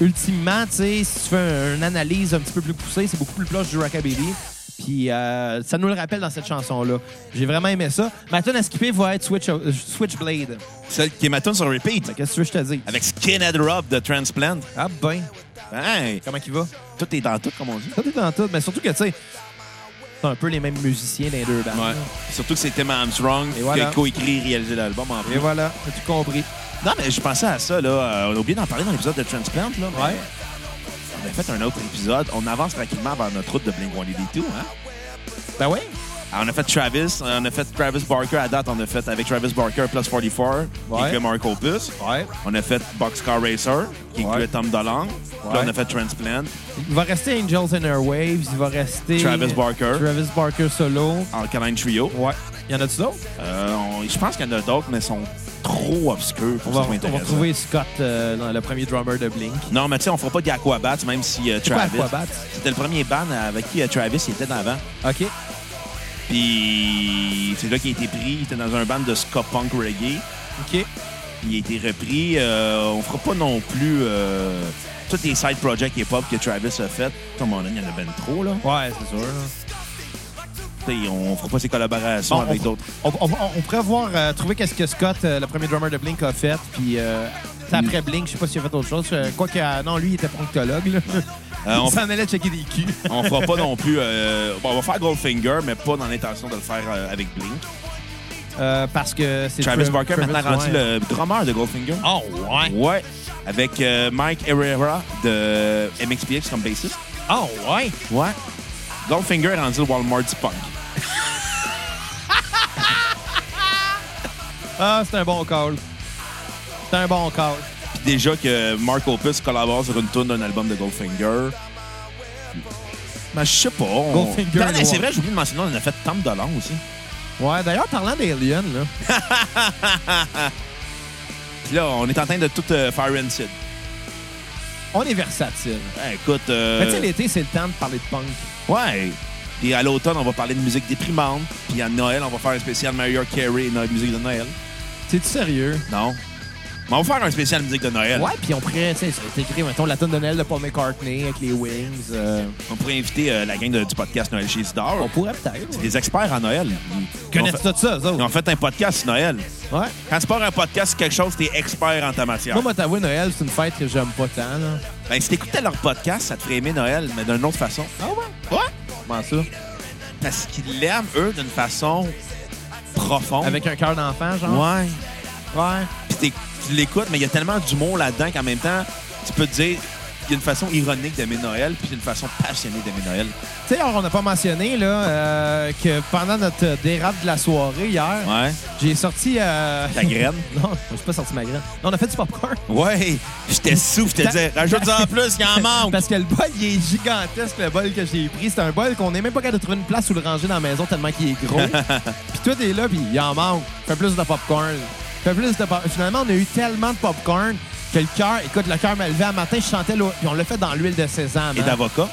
Speaker 3: ultimement, tu sais, si tu fais une analyse un petit peu plus poussée, c'est beaucoup plus proche du rockabilly. Puis euh, ça nous le rappelle dans cette chanson-là. J'ai vraiment aimé ça. Ma tune à skipper va être Switch, euh, Switchblade.
Speaker 1: Celle qui est ma tune sur repeat.
Speaker 3: Qu'est-ce que tu veux que je te dise?
Speaker 1: Avec Skinhead Rob de Transplant.
Speaker 3: Ah ben,
Speaker 1: Hey,
Speaker 3: comment il va?
Speaker 1: tout est dans tout, comme on dit.
Speaker 3: Tout est dans tout, mais surtout que, tu sais, c'est un peu les mêmes musiciens des deux bandes.
Speaker 1: Ouais. Surtout que c'est Tim Armstrong
Speaker 3: Et voilà.
Speaker 1: qui a coécrit et réalisé l'album en plus.
Speaker 3: Et voilà, as-tu compris?
Speaker 1: Non, mais je pensais à ça, là. Euh, on a oublié d'en parler dans l'épisode de Transplant, là. mais
Speaker 3: Ouais.
Speaker 1: On a fait un autre épisode. On avance tranquillement vers notre route de Blink-182, hein?
Speaker 3: Ben ouais?
Speaker 1: Ah, on a fait Travis, euh, on a fait Travis Barker à date, on a fait avec Travis Barker plus 44, qui
Speaker 3: Ouais.
Speaker 1: inclut Mark Opus.
Speaker 3: Ouais.
Speaker 1: On a fait Boxcar Racer, qui
Speaker 3: Ouais.
Speaker 1: inclut Tom Dolan. Là,
Speaker 3: Ouais.
Speaker 1: on a fait Transplant,
Speaker 3: Il va rester Angels and Airwaves, il va rester...
Speaker 1: Travis Barker.
Speaker 3: Travis Barker solo.
Speaker 1: Alkaline Trio.
Speaker 3: Ouais. Y en a-tu d'autres?
Speaker 1: Euh, on- je pense qu'il y en a d'autres, mais sont trop obscurs pour
Speaker 3: On va,
Speaker 1: que ça soit
Speaker 3: on va
Speaker 1: intéressant.
Speaker 3: retrouver Scott, euh, dans le premier drummer de Blink.
Speaker 1: Non, mais tu sais, on fera pas d'Aquabats, même si euh,
Speaker 3: quoi,
Speaker 1: Travis.
Speaker 3: Aquabats?
Speaker 1: C'était le premier band avec qui euh, Travis il était dans avant.
Speaker 3: OK.
Speaker 1: Puis c'est là qu'il a été pris. Il était dans un band de ska punk reggae.
Speaker 3: OK.
Speaker 1: Il a été repris. Euh, on fera pas non plus euh, tous les side projects hip-hop que Travis a fait. Comme on a, il y en a ben trop, là.
Speaker 3: Ouais, c'est sûr.
Speaker 1: T'sais, on fera pas ses collaborations
Speaker 3: Bon,
Speaker 1: avec
Speaker 3: on-
Speaker 1: d'autres.
Speaker 3: On, on- on pourrait voir, euh, trouver qu'est-ce que Scott, euh, le premier drummer de Blink, a fait. Puis euh, c'est
Speaker 1: Mm.
Speaker 3: après Blink, je sais pas s'il a fait autre chose. Euh, Quoique, euh, non, lui, il était proctologue. Là.
Speaker 1: Euh, on,
Speaker 3: il s'en allait checker des culs.
Speaker 1: on fera pas non plus. euh, bon, on va faire Goldfinger, mais pas dans l'intention de le faire euh, avec Blink.
Speaker 3: Euh, parce que c'est
Speaker 1: Travis
Speaker 3: Tra-
Speaker 1: Barker
Speaker 3: Travis,
Speaker 1: maintenant rendu
Speaker 3: ouais.
Speaker 1: le drummer de Goldfinger.
Speaker 3: Oh, ouais.
Speaker 1: Ouais. Avec euh, Mike Herrera de MXPX comme bassiste.
Speaker 3: Oh, ouais.
Speaker 1: Ouais. Goldfinger est rendu le Walmart du punk.
Speaker 3: Ah, c'est un bon call. C'est un bon call.
Speaker 1: Puis déjà que Mark Opus collabore sur une tune d'un album de Goldfinger. Mais je sais pas. on-
Speaker 3: Goldfinger,
Speaker 1: Attends, C'est
Speaker 3: ouais.
Speaker 1: vrai, j'ai oublié de mentionner, on a fait Tom Dolan aussi.
Speaker 3: Ouais, d'ailleurs, parlant d'Alien, là.
Speaker 1: Puis là, on est en train de tout euh, faire Rancid.
Speaker 3: On est versatile.
Speaker 1: Ouais, écoute. euh,
Speaker 3: Mais tu sais, l'été, c'est le temps de parler de punk.
Speaker 1: Ouais. Puis à l'automne, on va parler de musique déprimante. Puis à Noël, on va faire un spécial Mariah Carey et notre musique de Noël.
Speaker 3: C'est-tu sérieux?
Speaker 1: Non. Mais on va faire un spécial musique de Noël.
Speaker 3: Ouais, puis on pourrait, tu sais, ça a été écrit, mettons, la tonne de Noël de Paul McCartney avec les Wings. euh,
Speaker 1: On pourrait inviter euh, la gang de- du podcast Noël chez Isidore.
Speaker 3: on pourrait peut-être.
Speaker 1: Des experts à Noël. Ils ont
Speaker 3: connaissent
Speaker 1: fait-
Speaker 3: tout ça, eux
Speaker 1: Ils ont
Speaker 3: autres.
Speaker 1: fait un podcast Noël.
Speaker 3: Ouais.
Speaker 1: Quand tu pars un podcast, c'est quelque chose, t'es expert en ta matière.
Speaker 3: Moi, moi, t'avouer, Noël, c'est une fête que j'aime pas tant, là.
Speaker 1: Ben, si t'écoutais leur podcast, ça te ferait aimer Noël, mais d'une autre façon.
Speaker 3: Ah ouais?
Speaker 1: Ouais.
Speaker 3: Comment ça?
Speaker 1: Parce qu'ils l'aiment, eux, d'une façon profonde.
Speaker 3: Avec un cœur d'enfant, genre?
Speaker 1: Ouais.
Speaker 3: Ouais.
Speaker 1: Puis t'éc- tu l'écoutes, mais il y a tellement d'humour là-dedans qu'en même temps, tu peux te dire, il y a une façon ironique d'aimer Noël, puis une façon passionnée d'aimer Noël.
Speaker 3: Tu sais, alors, on n'a pas mentionné, là, euh, que pendant notre euh, dérape de la soirée hier,
Speaker 1: Ouais.
Speaker 3: j'ai sorti... Euh...
Speaker 1: Ta graine?
Speaker 3: non, je suis pas sorti ma graine. Non, on a fait du popcorn.
Speaker 1: Ouais. J'étais souffle, je te
Speaker 3: Ta-
Speaker 1: disais, rajoute-en plus, il en manque.
Speaker 3: Parce que le bol, il est gigantesque, le bol que j'ai pris. C'est un bol qu'on n'est même pas capable de trouver une place où le ranger dans la maison tellement qu'il est gros. puis toi, t'es là, puis il en manque. Fais plus de popcorn. Fais plus de pop- Finalement, on a eu tellement de popcorn que le cœur... Écoute, le cœur m'a levé un matin, je sentais l'eau. Puis on l'a fait dans l'huile de sésame.
Speaker 1: Et
Speaker 3: hein.
Speaker 1: d'avocat.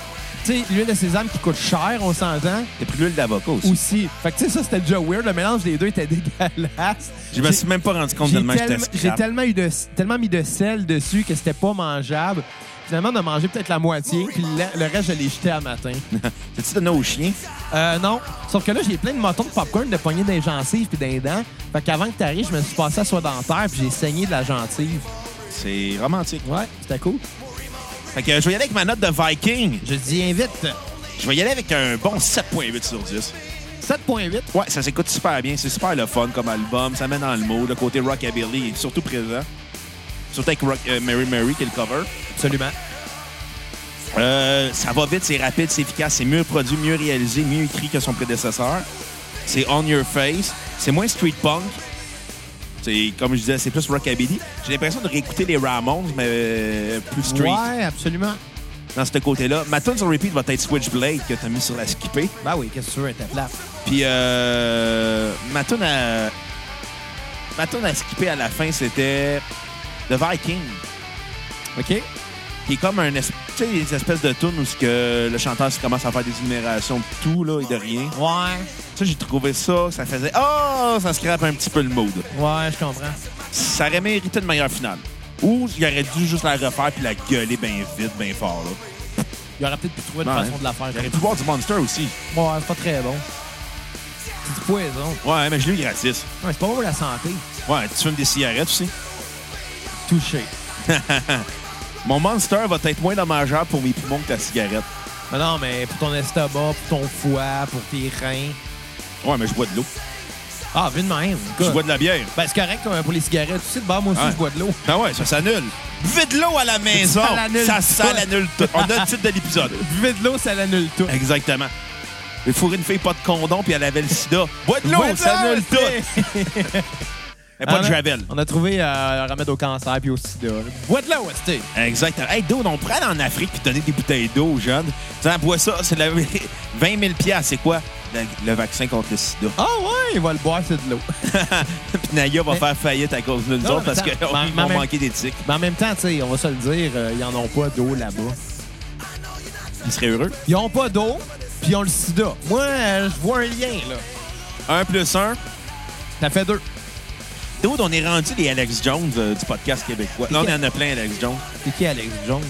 Speaker 3: Tu sais, l'huile de sésame qui coûte cher, on s'entend,
Speaker 1: T'as pris l'huile d'avocat aussi.
Speaker 3: aussi. Fait que tu sais, ça, c'était déjà weird. Le mélange des deux était dégueulasse.
Speaker 1: Je me
Speaker 3: J'ai-
Speaker 1: suis même pas rendu compte
Speaker 3: j'ai
Speaker 1: tellement j'étais
Speaker 3: tellement- J'ai
Speaker 1: scrap.
Speaker 3: tellement, eu de, tellement mis de sel dessus que c'était pas mangeable. Finalement, on a mangé peut-être la moitié, puis le, le reste, je l'ai jeté à matin.
Speaker 1: T'as-tu donné au chien?
Speaker 3: Euh, non. Sauf que là, j'ai plein de motons de popcorn, de poignées dans les gencives puis dans les dents. Fait qu'avant que t'arrives, je me suis passé à soie dentaire, puis j'ai saigné de la gencive.
Speaker 1: C'est romantique.
Speaker 3: Ouais, c'était cool.
Speaker 1: Fait que euh, je vais y aller avec ma note de Viking.
Speaker 3: Je dis invite.
Speaker 1: Je vais y aller avec un bon 7.8 sur 10.
Speaker 3: 7.8.
Speaker 1: Ouais, ça s'écoute super bien. C'est super le fun comme album. Ça mène dans le mot. Le côté rockabilly est surtout présent. Surtout avec Rock- euh, Mary Mary qui est le cover.
Speaker 3: Absolument.
Speaker 1: Euh, ça va vite, c'est rapide, c'est efficace. C'est mieux produit, mieux réalisé, mieux écrit que son prédécesseur. C'est on your face. C'est moins street punk. C'est, comme je disais, c'est plus rockabilly. J'ai l'impression de réécouter les Ramones, mais euh, plus street.
Speaker 3: Ouais, absolument.
Speaker 1: dans ce côté-là. Ma tune sur repeat va être Switchblade que t'as mis sur la skippée.
Speaker 3: Bah oui, qu'est-ce que tu veux, elle était plate.
Speaker 1: Puis euh, ma tune à ma tune à skipper à la fin c'était The Viking,
Speaker 3: OK?
Speaker 1: qui est comme un es- tu sais des espèces de tunes où ce que le chanteur se commence à faire des énumérations de tout là et de rien.
Speaker 3: Ouais.
Speaker 1: Ça j'ai trouvé ça, ça faisait oh ça scrape un petit peu le mood.
Speaker 3: Ouais, je comprends.
Speaker 1: Ça aurait mérité une meilleure finale. Ou il aurait dû juste la refaire puis la gueuler bien vite, bien fort. Là.
Speaker 3: Il aurait peut-être pu trouver une
Speaker 1: Ouais.
Speaker 3: façon de la faire.
Speaker 1: Il aurait pu voir du Monster aussi.
Speaker 3: Ouais, c'est pas très bon. C'est du poison.
Speaker 1: Ouais, mais je l'ai eu gratis.
Speaker 3: Ouais, c'est pas bon pour la santé.
Speaker 1: Ouais, tu fumes des cigarettes aussi.
Speaker 3: Touché.
Speaker 1: Mon monster va être moins dommageable pour mes poumons que ta cigarette.
Speaker 3: Mais non, mais pour ton estomac, pour ton foie, pour tes reins.
Speaker 1: Ouais, mais je bois de l'eau.
Speaker 3: Ah, vu de même.
Speaker 1: Je
Speaker 3: écoute.
Speaker 1: bois de la bière.
Speaker 3: Ben, c'est correct euh, pour les cigarettes. Tu sais, de bord, moi aussi,
Speaker 1: Ouais.
Speaker 3: je bois de l'eau.
Speaker 1: Ah ouais, ça s'annule. Buvez de l'eau à la maison.
Speaker 3: Ça l'annule
Speaker 1: Ça
Speaker 3: tout.
Speaker 1: s'annule tout. On a le titre de l'épisode.
Speaker 3: Buvez de l'eau, ça l'annule tout.
Speaker 1: Exactement. Il fourrer une fille pas de condom puis elle avait le sida. Bois de l'eau, Ah
Speaker 3: Bois de
Speaker 1: ça
Speaker 3: l'eau,
Speaker 1: annule tout. Mais pas de
Speaker 3: On a-
Speaker 1: Javel.
Speaker 3: On a trouvé euh, un remède au cancer puis au sida. là. Bois de l'eau, c'était.
Speaker 1: Exactement. Hey, d'eau, on prend en Afrique puis donner des bouteilles d'eau aux jeunes. Tu en bois ça, c'est de la... 20 000 piastres. C'est quoi? Le, le vaccin contre le sida.
Speaker 3: Ah ouais, il va le boire, c'est de l'eau.
Speaker 1: puis Naya va
Speaker 3: Mais-
Speaker 1: faire faillite à cause de nous
Speaker 3: Non,
Speaker 1: autres
Speaker 3: mais
Speaker 1: parce
Speaker 3: attends.
Speaker 1: qu'ils
Speaker 3: Ma- ma
Speaker 1: vont
Speaker 3: mère-
Speaker 1: manquer d'éthique.
Speaker 3: Mais en même temps, tu sais, on va se le dire, euh, ils en ont pas d'eau là-bas.
Speaker 1: Ils seraient heureux.
Speaker 3: Ils ont pas d'eau, puis puis ils ont le sida. Moi, euh, je vois un lien, là.
Speaker 1: 1 plus 1.
Speaker 3: Ça fait deux.
Speaker 1: Dude, on est rendu les Alex Jones euh, du podcast québécois. Là, on en a plein, Alex Jones.
Speaker 3: C'est qui Alex Jones?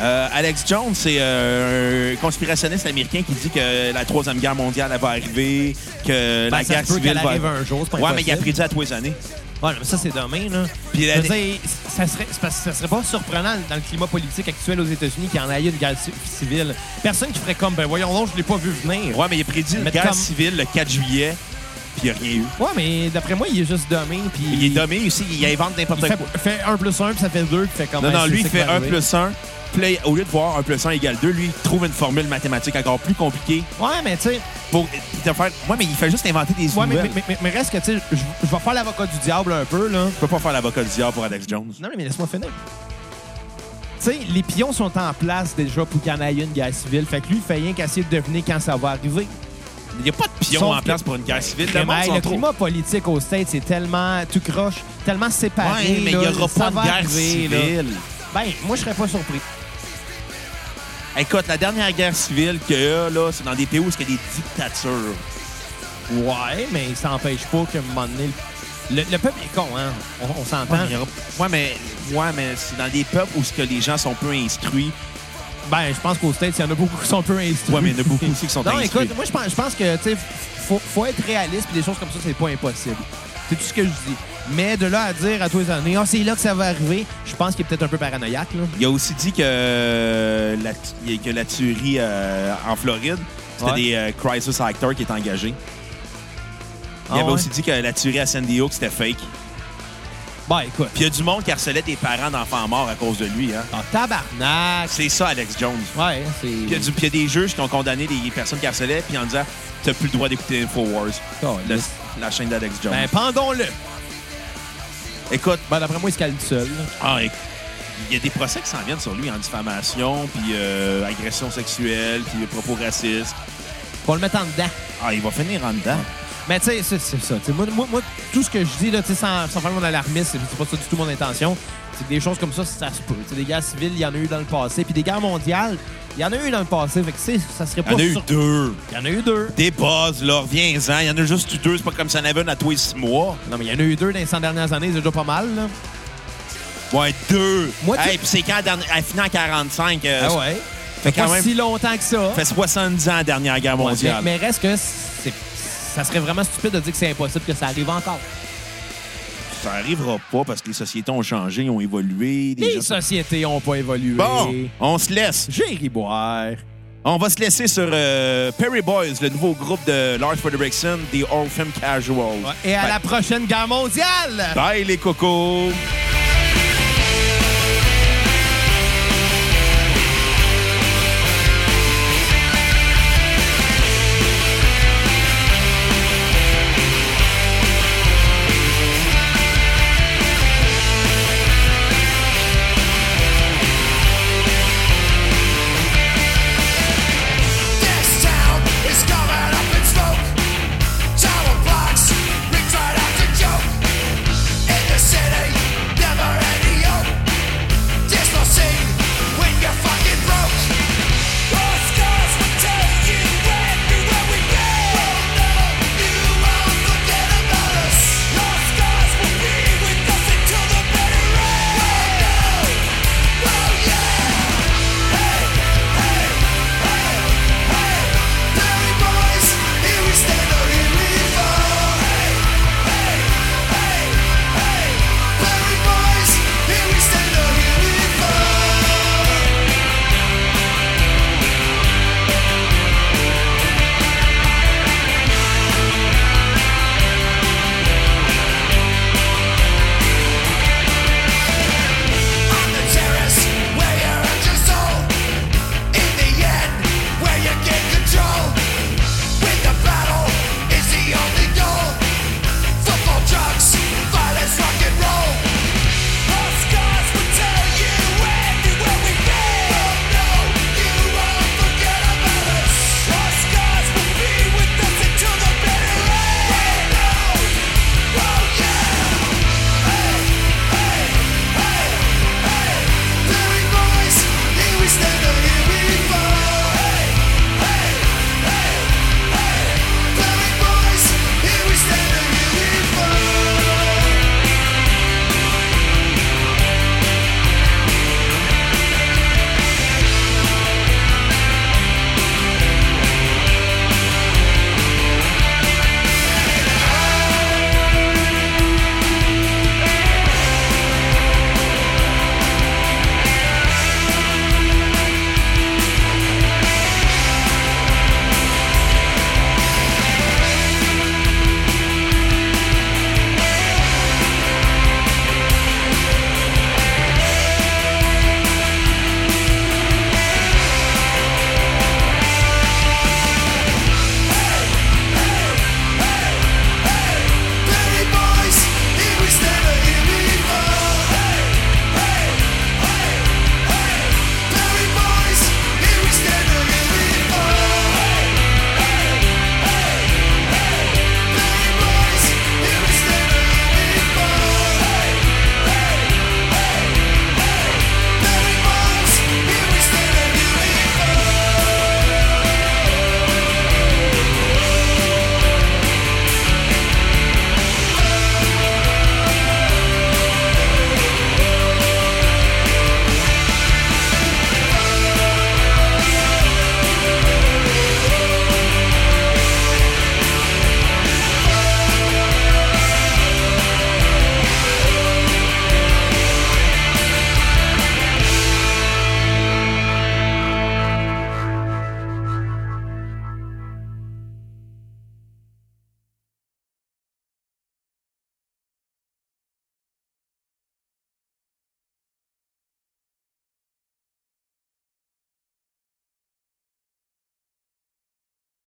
Speaker 1: Euh, Alex Jones, c'est euh, un conspirationniste américain qui dit que la Troisième Guerre mondiale elle va arriver, que
Speaker 3: Ben,
Speaker 1: la
Speaker 3: ça
Speaker 1: guerre
Speaker 3: se peut
Speaker 1: civile
Speaker 3: qu'elle
Speaker 1: va...
Speaker 3: arrive un jour, c'est pas
Speaker 1: Ouais, mais il a
Speaker 3: impossible.
Speaker 1: prédit à tous les années.
Speaker 3: Ouais, mais ça, c'est demain, là.
Speaker 1: Puis la-
Speaker 3: Je veux dire, ça serait, c'est parce que ça serait pas surprenant dans le climat politique actuel aux États-Unis qu'il y en ait une guerre ci- civile. Personne qui ferait comme, ben voyons donc, je l'ai pas vu venir.
Speaker 1: Ouais, mais il a prédit une
Speaker 3: Mais
Speaker 1: guerre
Speaker 3: comme-
Speaker 1: civile le 4 juillet, puis il n'y a rien eu.
Speaker 3: Ouais, mais d'après moi, il est juste dommé, puis...
Speaker 1: Il est dommé aussi, il invente
Speaker 3: Il
Speaker 1: n'importe quoi.
Speaker 3: fait, fait 1 plus 1, puis ça fait 2, puis fait comme...
Speaker 1: Non,
Speaker 3: ben,
Speaker 1: non,
Speaker 3: c'est-
Speaker 1: lui, il
Speaker 3: c'est
Speaker 1: fait
Speaker 3: quoi
Speaker 1: 1
Speaker 3: arrivé?
Speaker 1: plus 1. Play, au lieu de voir 1 plus 1 égale 2, lui, il trouve une formule mathématique encore plus compliquée
Speaker 3: Ouais, mais tu sais...
Speaker 1: pour te faire. Ouais, mais il fait juste inventer des
Speaker 3: Ouais, mais,
Speaker 1: nouvelles.
Speaker 3: mais- mais- mais reste que, tu sais, je je vais faire l'avocat du diable un peu, là.
Speaker 1: Je peux pas faire l'avocat du diable pour Alex Jones.
Speaker 3: Non, mais laisse-moi finir. Tu sais, les pions sont en place déjà pour qu'il y en ait une guerre civile. Fait que lui, il fait rien qu'essayer de deviner quand ça va arriver.
Speaker 1: Il n'y a pas de pion
Speaker 3: Sauf
Speaker 1: en
Speaker 3: que-
Speaker 1: place pour une guerre civile. Le
Speaker 3: Mais,
Speaker 1: monde
Speaker 3: hey,
Speaker 1: s'en
Speaker 3: le
Speaker 1: trouve.
Speaker 3: climat politique aux States, c'est tellement tout croche, tellement séparé.
Speaker 1: Ouais, mais il n'y
Speaker 3: là,
Speaker 1: aura
Speaker 3: ça
Speaker 1: pas de
Speaker 3: va
Speaker 1: guerre
Speaker 3: arriver, là.
Speaker 1: civile.
Speaker 3: Ben, moi, je serais pas surpris.
Speaker 1: Écoute, la dernière guerre civile qu'il y a, là, c'est dans des pays où il y a des dictatures.
Speaker 3: Ouais, mais ça n'empêche pas qu'à un moment donné, le, le peuple est con, hein. On, on s'entend.
Speaker 1: Ouais, mais il y aura- ouais, mais, ouais, mais c'est dans des peuples où ce que les gens sont peu instruits.
Speaker 3: Ben, je pense qu'aux States, il y en a beaucoup qui sont peu instruits.
Speaker 1: Ouais, mais il y en a beaucoup aussi qui sont
Speaker 3: non,
Speaker 1: instruits.
Speaker 3: écoute, moi, je pense, je pense que, tu sais, faut, faut être réaliste, puis des choses comme ça, c'est pas impossible. C'est tout ce que je dis. Mais de là à dire à tous les années, Ah, c'est là que ça va arriver, je pense qu'il est peut-être un peu paranoïaque, là.
Speaker 1: Il a aussi dit que euh, la, que la tuerie euh, en Floride, c'était
Speaker 3: Ouais.
Speaker 1: des euh, crisis actors qui étaient engagés. Il
Speaker 3: Ah
Speaker 1: avait
Speaker 3: ouais?
Speaker 1: aussi dit que la tuerie à Sandy Hook, c'était fake.
Speaker 3: Ben, écoute.
Speaker 1: Puis il y a du monde qui harcelait des parents d'enfants morts à cause de lui. Hein.
Speaker 3: Ah, tabarnak!
Speaker 1: C'est ça, Alex Jones.
Speaker 3: Ouais, c'est.
Speaker 1: Puis il y a du- puis il y a des juges qui ont condamné des personnes qui harcelaient, puis en disant T'as plus le droit d'écouter Infowars, le-
Speaker 3: Caliste.
Speaker 1: la chaîne d'Alex Jones.
Speaker 3: Oh, Ben, pendons-le!
Speaker 1: Écoute,
Speaker 3: Ben, d'après moi, il se calme tout seul. là.
Speaker 1: ah, éc- il y a des procès qui s'en viennent sur lui en diffamation, puis euh, agression sexuelle, puis propos racistes.
Speaker 3: Faut le mettre en dedans.
Speaker 1: Ah, il va finir en dedans.
Speaker 3: Mais tu sais, c'est c'est ça. Tu sais, Moi, moi, moi, tout ce que je dis, là, tu sais, sans, sans faire mon alarmiste, c'est c'est pas ça du tout mon intention. C'est que des choses comme ça, ça se peut. Tu sais, des guerres civiles, il y en a eu dans le passé. Puis des guerres mondiales, il y en a eu dans le passé. Fait que, tu sais, ça serait
Speaker 1: Il y
Speaker 3: pas
Speaker 1: en a eu
Speaker 3: sur-
Speaker 1: deux.
Speaker 3: Il y en a eu deux.
Speaker 1: Des buzz, là, reviens-en. Il y en a juste deux, c'est pas comme ça en avait une à tous les six mois.
Speaker 3: Non, mais il y en a eu deux dans les 100 dernières années, c'est déjà pas mal. Là.
Speaker 1: Ouais, deux.
Speaker 3: Moi, tu-
Speaker 1: hey, puis c'est quand la dernière- elle finit en 45. euh,
Speaker 3: Ah ouais?
Speaker 1: Fait
Speaker 3: Pas
Speaker 1: quand même.
Speaker 3: si longtemps que ça.
Speaker 1: fait 70 ans la dernière guerre
Speaker 3: Ouais, mais,
Speaker 1: mondiale.
Speaker 3: mais reste que c'est- ça serait vraiment stupide de dire que c'est impossible que ça arrive encore.
Speaker 1: Ça arrivera pas parce que les sociétés ont changé, ont évolué. les
Speaker 3: Les
Speaker 1: gens sont-
Speaker 3: sociétés ont pas évolué.
Speaker 1: Bon, on se laisse.
Speaker 3: J'ai ri boire.
Speaker 1: On va se laisser sur euh, Perry Boys, le nouveau groupe de Lars Fredrickson, The Old Film Casuals.
Speaker 3: Et à
Speaker 1: Bye.
Speaker 3: la prochaine guerre mondiale!
Speaker 1: Bye les cocos!